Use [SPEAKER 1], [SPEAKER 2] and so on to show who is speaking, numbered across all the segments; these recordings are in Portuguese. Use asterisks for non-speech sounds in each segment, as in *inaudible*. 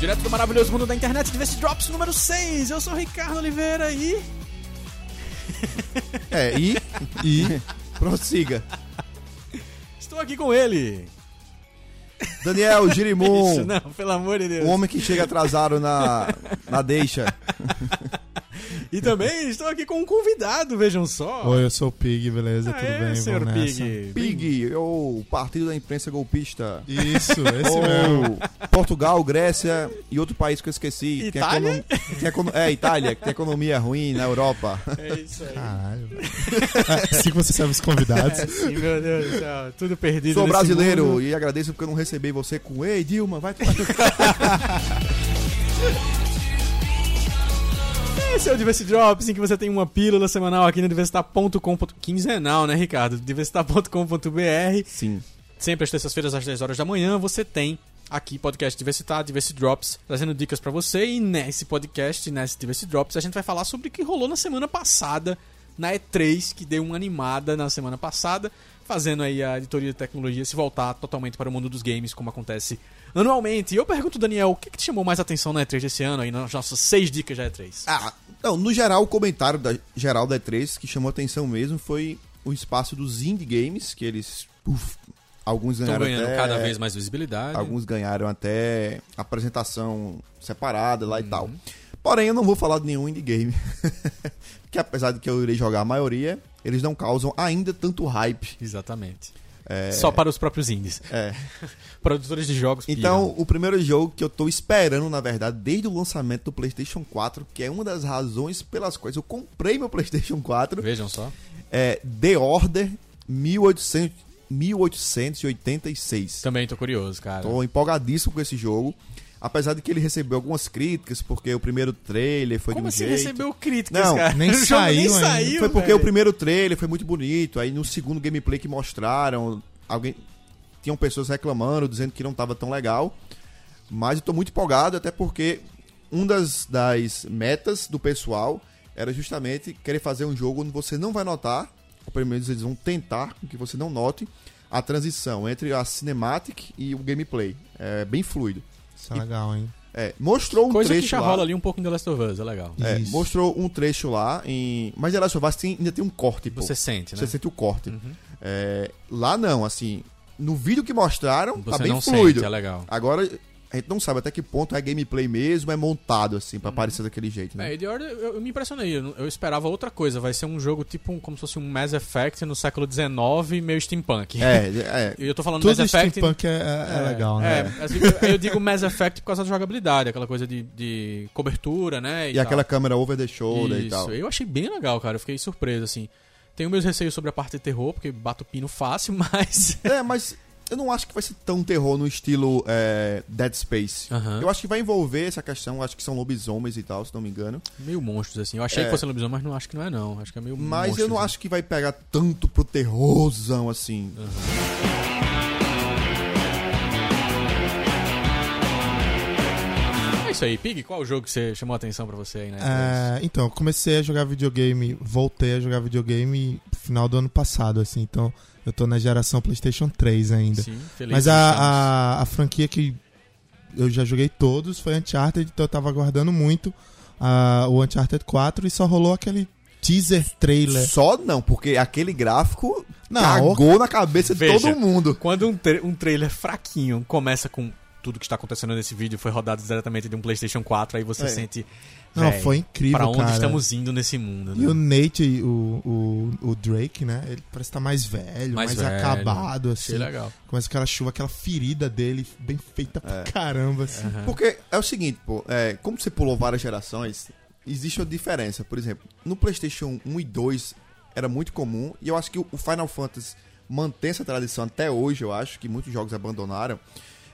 [SPEAKER 1] Direto do maravilhoso mundo da internet, Diverse Drops número 6. Eu sou o Ricardo Oliveira e.
[SPEAKER 2] É, e. E. Prossiga.
[SPEAKER 1] Estou aqui com ele.
[SPEAKER 2] Daniel Girimum,
[SPEAKER 1] Isso, né? não, pelo amor de Deus.
[SPEAKER 2] o homem que chega atrasado na, na deixa.
[SPEAKER 1] E também estou aqui com um convidado, vejam só.
[SPEAKER 3] Oi, eu sou o Pig, beleza?
[SPEAKER 1] Aê,
[SPEAKER 3] Tudo bem?
[SPEAKER 1] Ah, é, senhor
[SPEAKER 3] Vamos nessa.
[SPEAKER 1] Pig.
[SPEAKER 2] Pig, é o partido da imprensa golpista.
[SPEAKER 3] Isso, esse
[SPEAKER 2] Ou
[SPEAKER 3] mesmo.
[SPEAKER 2] Portugal, Grécia e outro país que eu esqueci. que tem
[SPEAKER 1] Itália?
[SPEAKER 2] econo- tem econo- é, Itália, que tem economia ruim na Europa.
[SPEAKER 1] É isso aí.
[SPEAKER 3] Caralho. *laughs* assim que você sabe os convidados.
[SPEAKER 1] É sim, meu Deus do céu. Tudo perdido.
[SPEAKER 2] Sou
[SPEAKER 1] nesse
[SPEAKER 2] brasileiro
[SPEAKER 1] mundo.
[SPEAKER 2] e agradeço porque eu não recebi você com Ei, Dilma, vai tomar teu c****".
[SPEAKER 1] Esse é o Diversity Drops, em que você tem uma pílula semanal aqui no diversitar.com. Quinzenal, né, Ricardo? diversitar.com.br.
[SPEAKER 2] Sim.
[SPEAKER 1] Sempre às terças-feiras, às 10 horas da manhã, você tem aqui podcast Diversidade, Diversity Drops, trazendo dicas pra você. E nesse podcast, nesse Diversity Drops, a gente vai falar sobre o que rolou na semana passada, na E3, que deu uma animada na semana passada, fazendo aí a editoria de tecnologia se voltar totalmente para o mundo dos games, como acontece anualmente. E eu pergunto, Daniel, o que, que te chamou mais atenção na E3 desse ano, aí nas nossas seis dicas da E3?
[SPEAKER 2] Ah, não, no geral, o comentário da, geral da E3 que chamou atenção mesmo foi o espaço dos indie games, que eles. uf, alguns
[SPEAKER 1] Estão
[SPEAKER 2] ganharam
[SPEAKER 1] ganhando
[SPEAKER 2] até,
[SPEAKER 1] cada vez mais né? visibilidade.
[SPEAKER 2] Alguns ganharam até apresentação separada
[SPEAKER 1] Uhum.
[SPEAKER 2] lá e tal. Porém, eu não vou falar de nenhum indie game. *laughs* que apesar de que eu irei jogar a maioria, eles não causam ainda tanto hype.
[SPEAKER 1] Exatamente.
[SPEAKER 2] É,
[SPEAKER 1] Só para os próprios indies.
[SPEAKER 2] é.
[SPEAKER 1] *laughs* Produtores de jogos.
[SPEAKER 2] Então, o primeiro jogo que eu tô esperando, na verdade, desde o lançamento do PlayStation 4, que é uma das razões pelas quais eu comprei meu PlayStation 4,
[SPEAKER 1] pirram. Vejam só.
[SPEAKER 2] é The Order 1800, 1886.
[SPEAKER 1] Também tô curioso, cara.
[SPEAKER 2] Tô empolgadíssimo com esse jogo. Apesar de que ele recebeu algumas críticas, porque o primeiro trailer foi
[SPEAKER 1] Como
[SPEAKER 2] de um
[SPEAKER 1] assim
[SPEAKER 2] jeito.
[SPEAKER 1] recebeu críticas,
[SPEAKER 2] Não,
[SPEAKER 1] cara? *laughs*
[SPEAKER 3] nem
[SPEAKER 1] O jogo nem
[SPEAKER 3] saiu ainda.
[SPEAKER 1] saiu
[SPEAKER 2] Foi porque
[SPEAKER 1] velho.
[SPEAKER 2] o primeiro trailer foi muito bonito. Aí no segundo gameplay que mostraram, alguém tinham pessoas reclamando, dizendo que não tava tão legal. Mas eu tô muito empolgado, até porque uma das, das metas do pessoal era justamente querer fazer um jogo onde você não vai notar, ou pelo menos eles vão tentar que você não note, a transição entre a cinematic e o gameplay. É bem fluido.
[SPEAKER 3] Isso é legal, hein?
[SPEAKER 2] É, mostrou um
[SPEAKER 1] Coisa que
[SPEAKER 2] trecho
[SPEAKER 1] já
[SPEAKER 2] lá.
[SPEAKER 1] rola ali um pouco em The Last of Us, é legal.
[SPEAKER 2] É,
[SPEAKER 3] Isso.
[SPEAKER 2] mostrou um trecho lá em. Mas The Last of Us tem- ainda tem um corte, pô.
[SPEAKER 1] Você sente, né?
[SPEAKER 2] Você sente o corte. É, lá não, assim. No vídeo que mostraram,
[SPEAKER 1] Você
[SPEAKER 2] tá bem
[SPEAKER 1] não
[SPEAKER 2] fluido.
[SPEAKER 1] sente, é legal.
[SPEAKER 2] Agora, a gente não sabe até que ponto é gameplay mesmo, é montado, assim, pra parecer daquele jeito, né?
[SPEAKER 1] Uhum. É, e The Order, eu, eu me impressionei. Eu, não- eu esperava outra coisa. Vai ser um jogo tipo um- como se fosse um Mass Effect no século XIX, meio steampunk. *laughs*
[SPEAKER 2] É, é.
[SPEAKER 1] E Eu tô falando
[SPEAKER 3] Tudo
[SPEAKER 1] Mass Effect.
[SPEAKER 3] steampunk é, é, é legal, né?
[SPEAKER 1] É, assim, eu- eu digo Mass Effect por causa da jogabilidade, aquela coisa de, de cobertura, né?
[SPEAKER 2] E
[SPEAKER 1] tal.
[SPEAKER 2] aquela câmera over the shoulder e tal.
[SPEAKER 1] eu achei bem legal, cara. Eu fiquei surpreso, assim. Tenho meus receios sobre a parte de terror, porque bato pino fácil, *laughs* mas.
[SPEAKER 2] É, mas eu não acho que vai ser tão terror no estilo é, Dead Space.
[SPEAKER 1] Aham.
[SPEAKER 2] Eu acho que vai envolver essa questão, acho que são lobisomens e tal, se não me engano.
[SPEAKER 1] Meio monstros, assim. Eu achei
[SPEAKER 2] É.
[SPEAKER 1] que fosse lobisomem, mas não acho que não é, não. Acho que é meio
[SPEAKER 2] Mas eu não
[SPEAKER 1] monstros,
[SPEAKER 2] acho que vai pegar tanto pro terrorzão assim.
[SPEAKER 1] né? É isso aí, Pig, qual o jogo que você chamou a atenção pra você aí, né?
[SPEAKER 3] É, então, eu comecei a jogar videogame, voltei a jogar videogame no final do ano passado, assim. Então, eu tô na geração PlayStation 3 ainda.
[SPEAKER 1] Sim, feliz.
[SPEAKER 3] Mas
[SPEAKER 1] que
[SPEAKER 3] a,
[SPEAKER 1] estamos.
[SPEAKER 3] a, a franquia que eu já joguei todos foi Uncharted, então eu tava aguardando muito ah, o Uncharted 4 e só rolou aquele teaser trailer.
[SPEAKER 2] Só não, porque aquele gráfico
[SPEAKER 3] Não,
[SPEAKER 2] cagou na cabeça de
[SPEAKER 1] Veja.
[SPEAKER 2] todo mundo.
[SPEAKER 1] Quando um, tra- um trailer fraquinho começa com tudo que está acontecendo nesse vídeo foi rodado diretamente de um PlayStation 4, aí você
[SPEAKER 2] É.
[SPEAKER 1] sente.
[SPEAKER 3] Não,
[SPEAKER 1] véi,
[SPEAKER 3] foi incrível,
[SPEAKER 1] Pra onde
[SPEAKER 3] cara.
[SPEAKER 1] estamos indo nesse mundo,
[SPEAKER 3] E o
[SPEAKER 1] né?
[SPEAKER 3] Nate, o, o, o Drake, né? Ele parece estar mais velho,
[SPEAKER 1] Mais
[SPEAKER 3] mais,
[SPEAKER 1] velho.
[SPEAKER 3] acabado, assim.
[SPEAKER 1] Achei legal.
[SPEAKER 3] Começa aquela chuva, aquela ferida dele, bem feita pra caramba, assim.
[SPEAKER 2] Porque é o seguinte, pô, é, como você pulou várias gerações, existe uma diferença. Por exemplo, no PlayStation 1 e 2 era muito comum, e eu acho que o Final Fantasy mantém essa tradição até hoje, eu acho, que muitos jogos abandonaram,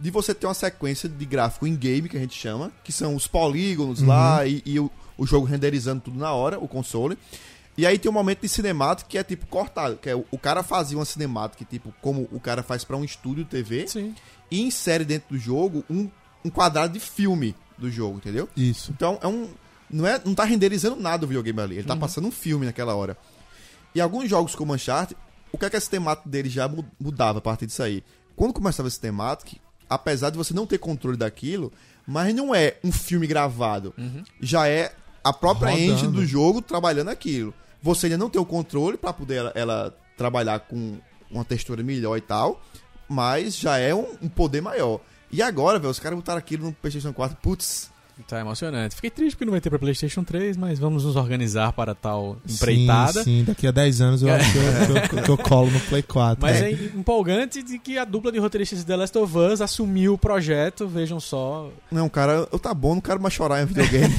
[SPEAKER 2] de você ter uma sequência de gráfico in-game, que a gente chama, que são os polígonos lá e, e o, o jogo renderizando tudo na hora, o console. E aí tem um momento de cinemática que é tipo cortado, que é o, o cara fazia uma cinemática, tipo, como o cara faz pra um estúdio TV
[SPEAKER 1] Sim.
[SPEAKER 2] e insere dentro do jogo um, um quadrado de filme do jogo, entendeu?
[SPEAKER 3] Isso.
[SPEAKER 2] Então é um. Não, é, não tá renderizando nada o videogame ali, ele tá passando um filme naquela hora. E alguns jogos como Uncharted, o que é que esse temático dele já mu- mudava a partir disso aí? Quando começava esse temático, apesar de você não ter controle daquilo, mas não é um filme gravado. Já é a própria
[SPEAKER 3] Rodando.
[SPEAKER 2] engine do jogo trabalhando aquilo. Você ainda não tem o controle pra poder ela, ela trabalhar com uma textura melhor e tal, mas já é um, um poder maior. E agora, velho, os caras botaram aquilo no PlayStation 4. Putz,
[SPEAKER 1] Tá emocionante. Fiquei triste porque não vai ter pra PlayStation 3, mas vamos nos organizar para tal empreitada.
[SPEAKER 3] Sim, sim, daqui a 10 anos eu acho que eu, que eu- que eu colo no Play 4.
[SPEAKER 1] Mas
[SPEAKER 3] É.
[SPEAKER 1] é empolgante de que a dupla de roteiristas de The Last of Us assumiu o projeto, vejam só.
[SPEAKER 2] não, cara, eu tá bom, não quero mais chorar
[SPEAKER 1] *laughs*
[SPEAKER 2] em videogame.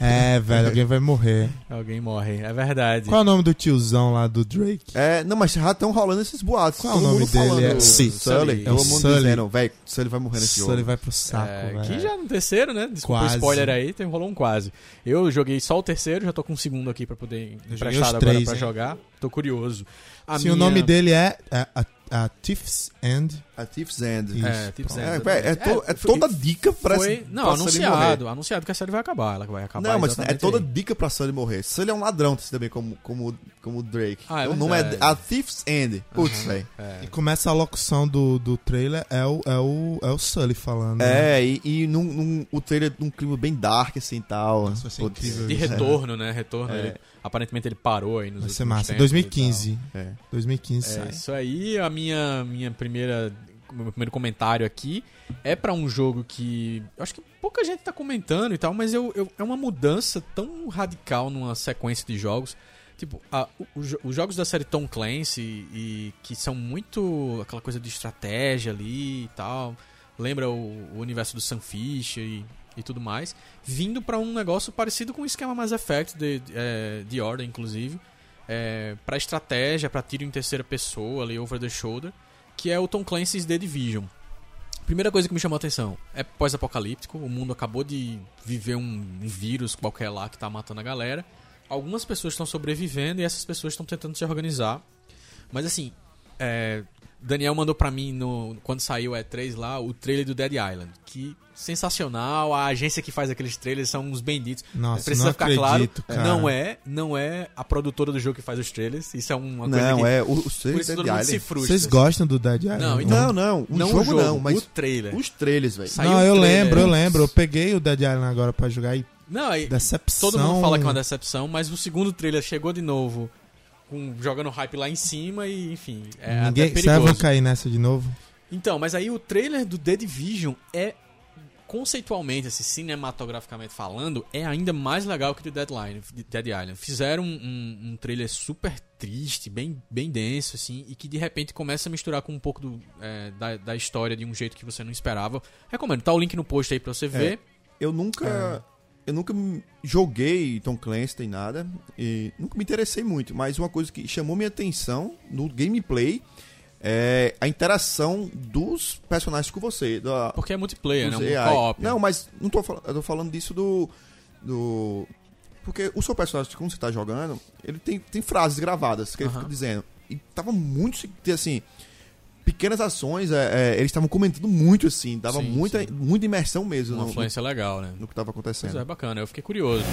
[SPEAKER 3] É, velho, alguém vai morrer.
[SPEAKER 1] Alguém morre, é verdade.
[SPEAKER 3] Qual é o nome do tiozão lá do Drake?
[SPEAKER 2] é, não, mas já estão rolando esses boatos.
[SPEAKER 3] Qual é o
[SPEAKER 2] Todo
[SPEAKER 3] nome
[SPEAKER 2] mundo
[SPEAKER 3] dele?
[SPEAKER 2] falando
[SPEAKER 3] É
[SPEAKER 1] Sully.
[SPEAKER 2] Sully.
[SPEAKER 1] É o
[SPEAKER 2] Todo mundo
[SPEAKER 3] Sully.
[SPEAKER 2] dizendo, velho, Sully vai morrer nesse
[SPEAKER 3] Isso,
[SPEAKER 2] jogo.
[SPEAKER 3] ele vai pro saco,
[SPEAKER 1] É,
[SPEAKER 3] velho.
[SPEAKER 1] que já no terceiro, né? Desculpa
[SPEAKER 3] Quase.
[SPEAKER 1] o spoiler aí, tem, rolou um quase. Eu joguei só o terceiro, já tô com o segundo aqui pra poder
[SPEAKER 3] joguei
[SPEAKER 1] emprestar
[SPEAKER 3] os
[SPEAKER 1] agora
[SPEAKER 3] três,
[SPEAKER 1] pra
[SPEAKER 3] hein?
[SPEAKER 1] jogar. Tô curioso. A
[SPEAKER 3] Sim,
[SPEAKER 1] minha-
[SPEAKER 3] o nome dele é, é a, a Thief's End.
[SPEAKER 2] A Thief's End.
[SPEAKER 3] Isso.
[SPEAKER 1] É, Tips
[SPEAKER 3] pronto.
[SPEAKER 1] and
[SPEAKER 2] É,
[SPEAKER 1] Tricks.
[SPEAKER 2] véi, é, to- é
[SPEAKER 1] foi-
[SPEAKER 2] toda dica pra
[SPEAKER 1] foi, não,
[SPEAKER 2] pra Sully morrer.
[SPEAKER 1] anunciado, anunciado que a série vai acabar, ela vai acabar.
[SPEAKER 2] não, mas é
[SPEAKER 1] exatamente
[SPEAKER 2] toda
[SPEAKER 1] aí.
[SPEAKER 2] dica pra Sully morrer. Sully é um ladrão também, como, como, como o Drake.
[SPEAKER 1] Ah, é
[SPEAKER 2] o nome é
[SPEAKER 1] verdade.
[SPEAKER 2] A Thief's End. Putz, velho.
[SPEAKER 1] É.
[SPEAKER 3] E começa a locução do, do trailer, é o, é, o, é o Sully
[SPEAKER 1] Uhum.
[SPEAKER 3] falando. né?
[SPEAKER 2] É, e, e num, num- o trailer num clima bem dark, assim e tal.
[SPEAKER 3] Nossa, vai ser
[SPEAKER 2] Putz,
[SPEAKER 3] incrível.
[SPEAKER 1] De retorno, né? Retorno.
[SPEAKER 2] É.
[SPEAKER 1] ele- aparentemente ele parou aí nos
[SPEAKER 3] Vai ser
[SPEAKER 1] últimos
[SPEAKER 3] massa.
[SPEAKER 1] tempos e tal.
[SPEAKER 3] 2015.
[SPEAKER 2] é.
[SPEAKER 3] 2015
[SPEAKER 1] É,
[SPEAKER 3] sai.
[SPEAKER 1] isso aí, a minha, minha primeira. Meu primeiro comentário aqui é pra um jogo que eu acho que pouca gente tá comentando e tal, mas eu, eu- é uma mudança tão radical numa sequência de jogos. Tipo, a- o- o jo- os jogos da série Tom Clancy e que são muito aquela coisa de estratégia ali e tal, lembra o, o universo do Sunfish e, e tudo mais, vindo pra um negócio parecido com o esquema Mass Effect de, de, eh, de Order, inclusive, é, para estratégia, pra tiro em terceira pessoa, ali over the shoulder, que é o Tom Clancy's The Division. Primeira coisa que me chamou a atenção é pós-apocalíptico, o mundo acabou de viver um, um vírus qualquer lá que tá matando a galera. Algumas pessoas estão sobrevivendo e essas pessoas estão tentando se organizar. Mas assim, é, Daniel mandou pra mim no, quando saiu o E3 lá o trailer do Dead Island, que sensacional, a agência que faz aqueles trailers são uns benditos.
[SPEAKER 3] Nossa,
[SPEAKER 1] Precisa
[SPEAKER 3] não
[SPEAKER 1] ficar
[SPEAKER 3] acredito,
[SPEAKER 1] claro,
[SPEAKER 3] cara.
[SPEAKER 1] não é, não é a produtora do jogo que faz os trailers. Isso é uma coisa
[SPEAKER 2] Não,
[SPEAKER 1] que
[SPEAKER 2] é. O, o
[SPEAKER 1] por
[SPEAKER 2] trailer
[SPEAKER 1] isso
[SPEAKER 2] é
[SPEAKER 1] todo
[SPEAKER 2] de
[SPEAKER 1] mundo se
[SPEAKER 2] Alien.
[SPEAKER 1] frustra.
[SPEAKER 3] Vocês gostam Um do Dead Island?
[SPEAKER 1] Não, então-
[SPEAKER 2] Não, não. O
[SPEAKER 1] não
[SPEAKER 2] jogo,
[SPEAKER 1] o jogo
[SPEAKER 2] não,
[SPEAKER 1] o
[SPEAKER 2] mas
[SPEAKER 1] trailer.
[SPEAKER 2] É. os trailers, velho.
[SPEAKER 1] Saiu
[SPEAKER 3] Não,
[SPEAKER 1] o
[SPEAKER 3] eu
[SPEAKER 1] trailer.
[SPEAKER 3] lembro, eu lembro. Eu peguei o Dead Island agora pra jogar e
[SPEAKER 1] Não, aí
[SPEAKER 3] decepção.
[SPEAKER 1] todo mundo fala que é uma decepção, mas o segundo trailer chegou de novo com jogando hype lá em cima e enfim, é
[SPEAKER 3] Ninguém,
[SPEAKER 1] até
[SPEAKER 3] será que
[SPEAKER 1] perigoso.
[SPEAKER 3] vão cair nessa de novo?
[SPEAKER 1] Então, mas aí o trailer do The Division é conceitualmente, assim, cinematograficamente falando, é ainda mais legal que o Dead Island. Dead Island. Fizeram um, um- um trailer super triste, bem, bem denso, assim, e que de repente começa a misturar com um pouco do, é, da, da história de um jeito que você não esperava. Recomendo, tá o link no post aí pra você ver.
[SPEAKER 2] Eu nunca. Eu nunca me- joguei Tom Clancy nem nada. E nunca me interessei muito. Mas uma coisa que chamou minha atenção no gameplay é a interação dos personagens com você. Da,
[SPEAKER 1] Porque é multiplayer, né?
[SPEAKER 2] dos
[SPEAKER 1] Um
[SPEAKER 2] AI.
[SPEAKER 1] co-op.
[SPEAKER 2] Não, mas não tô falando. Eu tô falando disso do. do. Porque o seu personagem, como você tá jogando, ele tem, tem frases gravadas que ele
[SPEAKER 1] Aham.
[SPEAKER 2] fica dizendo. E tava muito assim. Pequenas ações, é, é, eles estavam comentando muito, assim, dava
[SPEAKER 1] Sim,
[SPEAKER 2] muita,
[SPEAKER 1] sim.
[SPEAKER 2] muita imersão mesmo
[SPEAKER 1] Uma
[SPEAKER 2] no- no
[SPEAKER 1] influência legal, né?
[SPEAKER 2] no que tava acontecendo.
[SPEAKER 1] Pois é, bacana, eu fiquei curioso.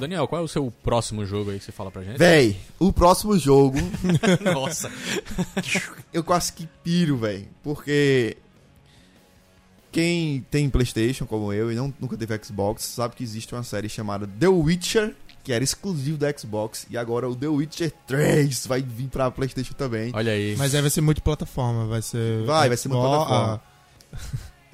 [SPEAKER 1] Daniel, qual é o seu próximo jogo aí que você fala pra gente?
[SPEAKER 2] Véi, o
[SPEAKER 1] *laughs*
[SPEAKER 2] próximo jogo,
[SPEAKER 3] *laughs*
[SPEAKER 1] Nossa.
[SPEAKER 2] eu quase que piro, véi. Porque quem tem Playstation, como eu, e não, nunca teve Xbox, sabe que existe uma série chamada The Witcher, que era exclusivo da Xbox, e agora o The Witcher 3 vai vir pra Playstation também.
[SPEAKER 1] Olha aí.
[SPEAKER 3] Mas aí vai ser multiplataforma, vai ser...
[SPEAKER 2] Vai, vai ser
[SPEAKER 3] Xbox,
[SPEAKER 2] multiplataforma.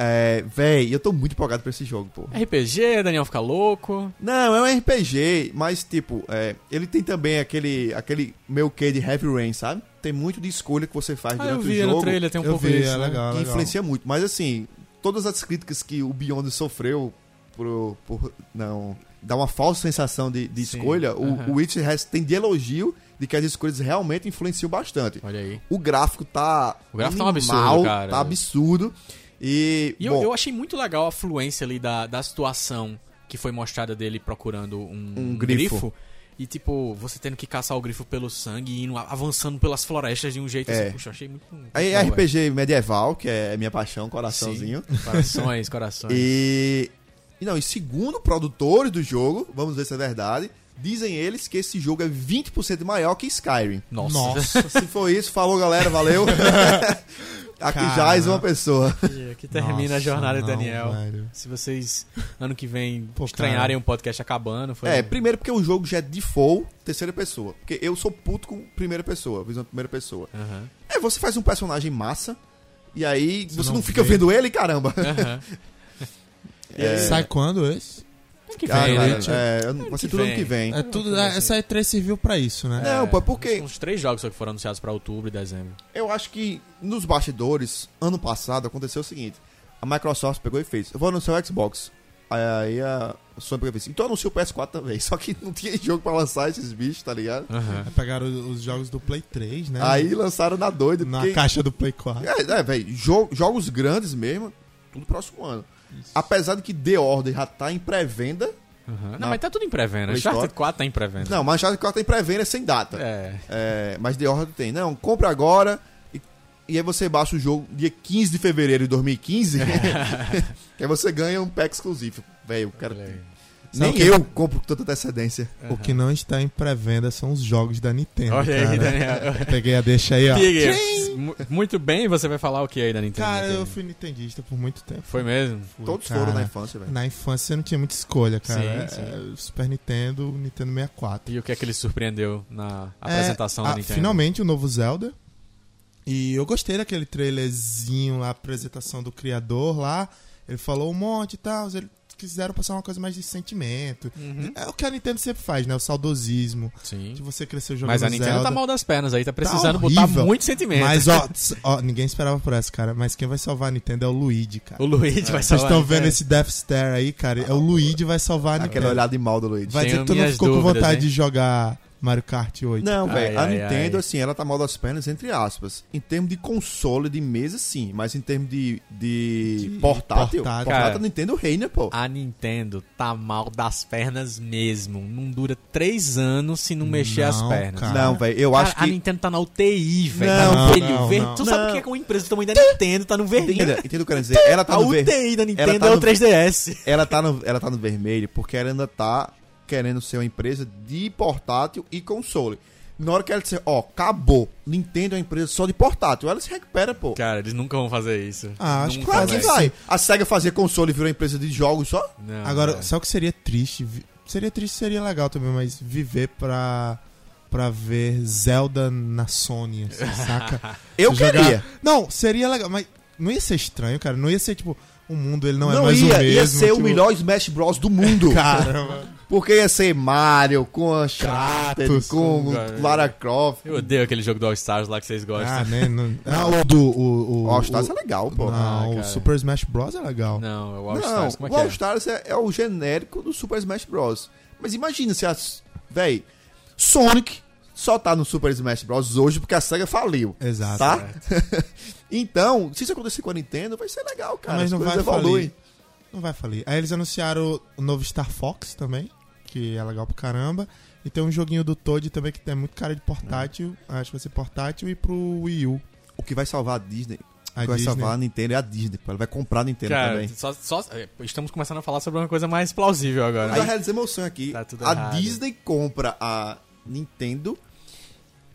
[SPEAKER 2] É, véi, eu tô muito empolgado pra esse jogo, pô.
[SPEAKER 1] RPG, Daniel fica louco.
[SPEAKER 2] Não, é um RPG, mas tipo, é, ele tem também aquele, aquele meu quê de Heavy Rain, sabe? Tem muito de escolha que você
[SPEAKER 3] É
[SPEAKER 2] faz
[SPEAKER 1] Ah, eu
[SPEAKER 2] durante
[SPEAKER 1] vi
[SPEAKER 2] o jogo.
[SPEAKER 1] no trailer, tem um
[SPEAKER 3] eu
[SPEAKER 1] pouco
[SPEAKER 3] vi,
[SPEAKER 1] disso.
[SPEAKER 3] é
[SPEAKER 1] né?
[SPEAKER 3] legal,
[SPEAKER 2] que
[SPEAKER 3] legal.
[SPEAKER 2] influencia muito. Mas assim, todas as críticas que o Beyond sofreu por, por não dar uma falsa sensação de, de
[SPEAKER 1] Sim,
[SPEAKER 2] escolha, o-
[SPEAKER 1] aham.
[SPEAKER 2] o Witch has- tem de elogio de que as escolhas realmente influenciam bastante.
[SPEAKER 1] Olha aí.
[SPEAKER 2] O gráfico tá
[SPEAKER 1] O gráfico tá um absurdo, cara.
[SPEAKER 2] tá absurdo. E,
[SPEAKER 1] E eu,
[SPEAKER 2] bom,
[SPEAKER 1] eu achei muito legal a fluência ali da, da situação que foi mostrada dele procurando um,
[SPEAKER 2] Um grifo.
[SPEAKER 1] E tipo, você tendo que caçar o grifo pelo sangue e indo, avançando pelas florestas de um jeito
[SPEAKER 2] É.
[SPEAKER 1] assim. Puxa, eu achei muito. muito
[SPEAKER 2] aí
[SPEAKER 1] bom,
[SPEAKER 2] é RPG medieval, que é minha paixão, coraçãozinho.
[SPEAKER 1] velho.
[SPEAKER 2] *laughs*
[SPEAKER 1] Corações, corações.
[SPEAKER 2] E, e não, e segundo produtores do jogo, vamos ver se é verdade, Dizem eles que esse jogo é 20% maior que Skyrim.
[SPEAKER 1] Nossa. *laughs*
[SPEAKER 3] Nossa.
[SPEAKER 2] Se for isso, falou galera, *laughs* valeu. Aqui já é uma pessoa.
[SPEAKER 1] Aqui termina a jornada do
[SPEAKER 3] não,
[SPEAKER 1] Daniel.
[SPEAKER 3] velho.
[SPEAKER 1] Se vocês, ano que vem,
[SPEAKER 3] Pô,
[SPEAKER 1] estranharem
[SPEAKER 3] cara.
[SPEAKER 1] o podcast acabando, foi. um-
[SPEAKER 2] É, primeiro porque o jogo já é default, terceira pessoa. Porque eu sou puto com primeira pessoa, visão de primeira pessoa.
[SPEAKER 1] Aham,
[SPEAKER 2] É, você faz um personagem massa, e aí você, não,
[SPEAKER 3] não
[SPEAKER 2] fica
[SPEAKER 3] vê.
[SPEAKER 2] vendo ele, caramba.
[SPEAKER 1] aham.
[SPEAKER 2] *laughs* É,
[SPEAKER 3] Sai quando esse?
[SPEAKER 1] Ano que
[SPEAKER 2] cara,
[SPEAKER 1] vem, né?
[SPEAKER 3] né?
[SPEAKER 2] é, eu não- vai
[SPEAKER 1] que
[SPEAKER 2] ser tudo ano que vem.
[SPEAKER 3] É tudo, é, essa E3 serviu pra isso, né?
[SPEAKER 2] Não, pô, é porque
[SPEAKER 1] Uns três jogos só que foram anunciados pra outubro e dezembro.
[SPEAKER 2] eu acho que nos bastidores, ano passado, aconteceu o seguinte: a Microsoft pegou e fez, eu vou anunciar o Xbox. Aí a Sony pegou e fez, então anuncia o PS4 também. *laughs* Só que não tinha jogo pra lançar esses bichos, tá ligado?
[SPEAKER 1] Aham.
[SPEAKER 3] Aí Pegaram os jogos do Play 3, né?
[SPEAKER 2] Aí lançaram na doida,
[SPEAKER 3] Na
[SPEAKER 2] porque
[SPEAKER 3] caixa do Play 4.
[SPEAKER 2] É, é velho. jo- jogos grandes mesmo, tudo próximo ano. Apesar de que The Order já tá em pré-venda.
[SPEAKER 1] aham. Não,
[SPEAKER 2] Na-
[SPEAKER 1] mas tá tudo em pré-venda.
[SPEAKER 2] Play
[SPEAKER 1] Uncharted
[SPEAKER 2] Store?
[SPEAKER 1] 4 tá em pré-venda.
[SPEAKER 2] Não, mas já tá em pré-venda sem data.
[SPEAKER 1] É.
[SPEAKER 2] É, mas The Order tem. Não, compra agora e, e aí você baixa o jogo dia 15 de fevereiro de 2015.
[SPEAKER 3] É.
[SPEAKER 2] *laughs* que aí você ganha um pack exclusivo. Velho, o cara.
[SPEAKER 1] Olha aí.
[SPEAKER 3] Sabe
[SPEAKER 2] Nem
[SPEAKER 3] o que-
[SPEAKER 2] eu compro com tanta antecedência.
[SPEAKER 3] O que não está em pré-venda são os jogos da Nintendo.
[SPEAKER 1] Olha aí, né?
[SPEAKER 3] cara.
[SPEAKER 1] Daniel.
[SPEAKER 3] Peguei a deixa aí, ó.
[SPEAKER 1] Pig, mu- muito bem, você vai falar o que aí da Nintendo?
[SPEAKER 3] Cara, eu fui nintendista por muito tempo.
[SPEAKER 1] Foi mesmo?
[SPEAKER 3] Fui,
[SPEAKER 2] Todos
[SPEAKER 3] cara.
[SPEAKER 2] foram na infância, velho.
[SPEAKER 3] Na infância você não tinha muita escolha, cara.
[SPEAKER 1] Sim,
[SPEAKER 3] É, Super Nintendo, Nintendo 64.
[SPEAKER 1] E o que é que ele surpreendeu na
[SPEAKER 3] É,
[SPEAKER 1] apresentação
[SPEAKER 3] ah,
[SPEAKER 1] da Nintendo?
[SPEAKER 3] Finalmente o novo Zelda. E eu gostei daquele trailerzinho lá, apresentação do criador lá. Ele falou um monte e tal. Eles quiseram passar uma coisa mais de sentimento.
[SPEAKER 1] Uhum.
[SPEAKER 3] É o que a Nintendo sempre faz, né? O saudosismo.
[SPEAKER 1] Sim.
[SPEAKER 3] De você crescer jogando
[SPEAKER 1] Mas a Nintendo
[SPEAKER 3] Tipo, Zelda.
[SPEAKER 1] tá mal das pernas aí, tá precisando botar
[SPEAKER 3] horrível.
[SPEAKER 1] muito sentimento.
[SPEAKER 3] Mas ó, tss, ó, ninguém esperava por essa, cara. Mas quem vai salvar a Nintendo é o Luigi,
[SPEAKER 1] *laughs*
[SPEAKER 3] cara.
[SPEAKER 1] O Luigi vai
[SPEAKER 3] Vocês
[SPEAKER 1] salvar.
[SPEAKER 3] estão vendo
[SPEAKER 1] É.
[SPEAKER 3] esse Death Stare aí, cara? É o Luigi vai salvar a
[SPEAKER 2] Aquela
[SPEAKER 3] Nintendo.
[SPEAKER 2] olhada de mal do Luigi.
[SPEAKER 3] Vai dizer
[SPEAKER 1] Tenho
[SPEAKER 3] que tu não
[SPEAKER 1] minhas
[SPEAKER 3] ficou com
[SPEAKER 1] dúvidas,
[SPEAKER 3] vontade
[SPEAKER 1] hein?
[SPEAKER 3] de jogar Mario Kart 8.
[SPEAKER 2] Não,
[SPEAKER 1] Ai,
[SPEAKER 2] velho, a
[SPEAKER 1] ai,
[SPEAKER 2] Nintendo,
[SPEAKER 1] ai.
[SPEAKER 2] assim, ela tá mal das pernas, entre aspas. Em termos de console, de mesa, sim. Mas em termos de, de,
[SPEAKER 3] De
[SPEAKER 2] portátil,
[SPEAKER 3] portátil.
[SPEAKER 2] portátil,
[SPEAKER 1] Cara.
[SPEAKER 2] a Nintendo reina, pô.
[SPEAKER 1] A Nintendo tá mal das pernas mesmo. Não dura três anos se não mexer as
[SPEAKER 3] Não,
[SPEAKER 1] pernas.
[SPEAKER 3] cara.
[SPEAKER 2] Não, velho, eu
[SPEAKER 1] Ah, Cara,
[SPEAKER 2] acho
[SPEAKER 1] A
[SPEAKER 2] que...
[SPEAKER 1] Nintendo tá na UTI, velho.
[SPEAKER 2] Não,
[SPEAKER 1] Tá no vermelho.
[SPEAKER 3] não,
[SPEAKER 1] Ver-
[SPEAKER 3] não.
[SPEAKER 1] Tu sabe
[SPEAKER 2] Não.
[SPEAKER 1] o que é com uma empresa do tamanho da Nintendo? Tá no vermelho.
[SPEAKER 2] Entenda, entenda o que eu quero dizer. Ela tá,
[SPEAKER 1] A
[SPEAKER 2] no ver...
[SPEAKER 1] UTI da Nintendo
[SPEAKER 2] tá
[SPEAKER 1] é o
[SPEAKER 2] no-
[SPEAKER 1] 3DS.
[SPEAKER 2] ela, tá no... ela tá no vermelho porque ela ainda tá querendo ser uma empresa de portátil e console. Na hora que ela disser, ó, acabou. Nintendo é uma empresa só de portátil. Ela se recupera, pô.
[SPEAKER 1] Cara, eles nunca vão fazer isso.
[SPEAKER 3] Ah, acho que
[SPEAKER 1] Nunca,
[SPEAKER 2] Claro
[SPEAKER 3] fazem
[SPEAKER 2] que
[SPEAKER 1] velho.
[SPEAKER 3] isso.
[SPEAKER 2] vai. A SEGA fazia console e virou uma empresa de jogos só?
[SPEAKER 1] Não,
[SPEAKER 3] Agora,
[SPEAKER 2] é.
[SPEAKER 1] velho.
[SPEAKER 3] sabe o que seria triste? Vi- Seria triste, seria legal também, mas viver pra, pra ver Zelda na Sony, assim,
[SPEAKER 2] *laughs*
[SPEAKER 3] saca?
[SPEAKER 2] Eu
[SPEAKER 3] Jogar-
[SPEAKER 2] queria.
[SPEAKER 3] Não, seria legal, mas não ia ser estranho, cara. Não ia ser, tipo, o mundo ele não,
[SPEAKER 2] Não,
[SPEAKER 3] é mais
[SPEAKER 2] ia,
[SPEAKER 3] o mesmo.
[SPEAKER 2] ia ser o
[SPEAKER 3] tipo,
[SPEAKER 2] melhor Smash Bros do
[SPEAKER 3] *laughs*
[SPEAKER 2] mundo.
[SPEAKER 3] Caramba.
[SPEAKER 2] Porque ia ser Mario, com a Charter,
[SPEAKER 3] Kratos, um
[SPEAKER 2] com
[SPEAKER 1] cara.
[SPEAKER 2] Lara Croft.
[SPEAKER 1] Eu odeio aquele jogo do All Stars lá que vocês gostam.
[SPEAKER 3] ah, né? *laughs* Não... Ah, o do. O, o,
[SPEAKER 2] O All Stars é
[SPEAKER 3] o-
[SPEAKER 2] legal, pô. Não,
[SPEAKER 1] Ah,
[SPEAKER 3] Não,
[SPEAKER 1] cara.
[SPEAKER 3] o Super Smash Bros. é legal.
[SPEAKER 1] Não, é o All Stars. Como é
[SPEAKER 2] o All
[SPEAKER 1] que
[SPEAKER 2] Stars é, é o genérico do Super Smash Bros. Mas imagina se as. Véi, Sonic só tá no Super Smash Bros. hoje porque a SEGA faliu.
[SPEAKER 3] É, Exato. Ah,
[SPEAKER 2] Tá?
[SPEAKER 1] É,
[SPEAKER 2] então, se isso acontecer com a Nintendo, vai ser legal, cara.
[SPEAKER 3] mas
[SPEAKER 2] As
[SPEAKER 3] não vai
[SPEAKER 2] coisas evoluem.
[SPEAKER 3] falir. Não vai falir. Aí eles anunciaram o novo Star Fox também, que é legal pra caramba. E tem um joguinho do Toad também que é muito cara de portátil. Acho que vai ser portátil e pro Wii U.
[SPEAKER 2] O que vai salvar a Disney, o
[SPEAKER 3] A
[SPEAKER 2] que vai
[SPEAKER 3] Disney.
[SPEAKER 2] salvar a Nintendo é a Disney. pô. Ela vai comprar a
[SPEAKER 1] é?
[SPEAKER 2] Nintendo
[SPEAKER 1] Cara,
[SPEAKER 2] também.
[SPEAKER 1] só, só- é, estamos começando a falar sobre uma coisa mais plausível agora.
[SPEAKER 2] Aí já realizei emoção aqui.
[SPEAKER 1] Tá tudo
[SPEAKER 2] a
[SPEAKER 1] errado.
[SPEAKER 2] Disney compra a Nintendo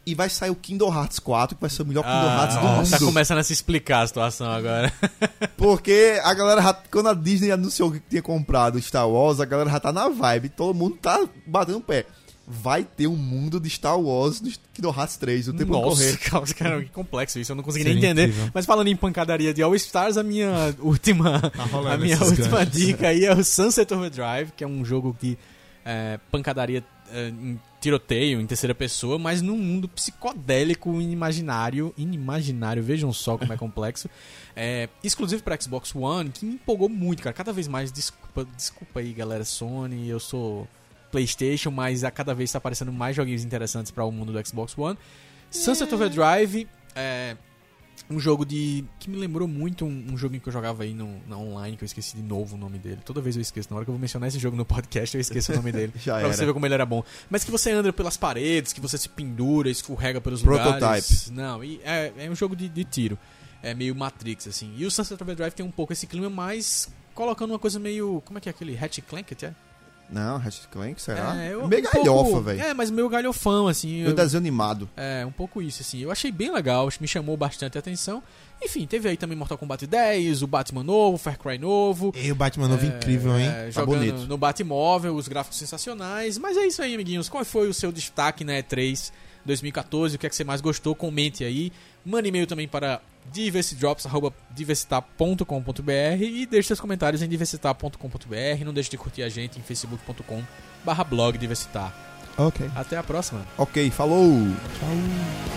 [SPEAKER 2] e vai sair o Kingdom Hearts 4, que vai ser o melhor Kingdom Hearts do
[SPEAKER 1] Ah, tá
[SPEAKER 2] mundo.
[SPEAKER 1] começando a se explicar a situação agora.
[SPEAKER 2] Porque a galera, já- quando a Disney anunciou que tinha comprado Star Wars, a galera já tá na vibe. Todo mundo tá batendo o pé. Vai ter um mundo de Star Wars no Kingdom Hearts 3, o tempo a
[SPEAKER 1] Nossa,
[SPEAKER 2] correr.
[SPEAKER 1] cara, cara, que complexo isso, eu não consegui nem
[SPEAKER 3] Seria
[SPEAKER 1] entender.
[SPEAKER 3] incrível.
[SPEAKER 1] Mas falando em pancadaria de All Stars, a minha última,
[SPEAKER 3] rolando
[SPEAKER 1] a minha
[SPEAKER 3] esses
[SPEAKER 1] última
[SPEAKER 3] ganchos.
[SPEAKER 1] dica aí é o Sunset Overdrive, que é um jogo que é, pancadaria é, em tiroteio em terceira pessoa, mas num mundo psicodélico inimaginário, inimaginário, vejam só como é complexo. É, exclusivo para Xbox One, que me empolgou muito, cara. Cada vez mais desculpa, desculpa aí, galera Sony, eu sou PlayStation, mas a cada vez tá aparecendo mais joguinhos interessantes para o mundo do Xbox One. Sunset Overdrive é um jogo de que me lembrou muito um, um joguinho que eu jogava aí no, na online, que eu esqueci de novo o nome dele. Toda vez eu esqueço. Na hora que eu vou mencionar esse jogo no podcast, eu esqueço o nome dele.
[SPEAKER 2] *laughs* Já
[SPEAKER 1] pra
[SPEAKER 2] era.
[SPEAKER 1] você ver como ele era bom. Mas que você anda pelas paredes, que você se pendura, escorrega pelos
[SPEAKER 2] Prototype.
[SPEAKER 1] lugares. Não, e é, é um jogo de, de tiro. É meio Matrix, assim. E o Sunset Overdrive tem um pouco esse clima, mas colocando uma coisa meio... Como é que é aquele? Hatch Clank, até?
[SPEAKER 2] Não, Ratchet Clank, será?
[SPEAKER 1] É,
[SPEAKER 2] É,
[SPEAKER 1] eu-
[SPEAKER 2] meio
[SPEAKER 1] pouco-
[SPEAKER 2] galhofa, velho.
[SPEAKER 1] É, mas meio galhofão, assim.
[SPEAKER 2] Meio
[SPEAKER 1] eu-
[SPEAKER 2] desenho animado.
[SPEAKER 1] É, um pouco isso, assim. Eu achei bem legal, me chamou bastante a atenção. Enfim, teve aí também Mortal Kombat 10, o Batman novo, o Far Cry novo.
[SPEAKER 3] E o Batman novo incrível, hein?
[SPEAKER 1] É,
[SPEAKER 2] Tá
[SPEAKER 1] jogando
[SPEAKER 2] bonito.
[SPEAKER 1] no Batmóvel, os gráficos sensacionais. Mas é isso aí, amiguinhos. Qual foi o seu destaque na E3 2014? O que é que você mais gostou? Comente aí. Mande e-mail também para diversidrops.diversitar.com.br e deixe seus comentários em diversitar.com.br. Não deixe de curtir a gente em facebook.com barra blog diversitar.
[SPEAKER 3] Ok.
[SPEAKER 1] Até a próxima.
[SPEAKER 2] Ok, falou!
[SPEAKER 3] Tchau.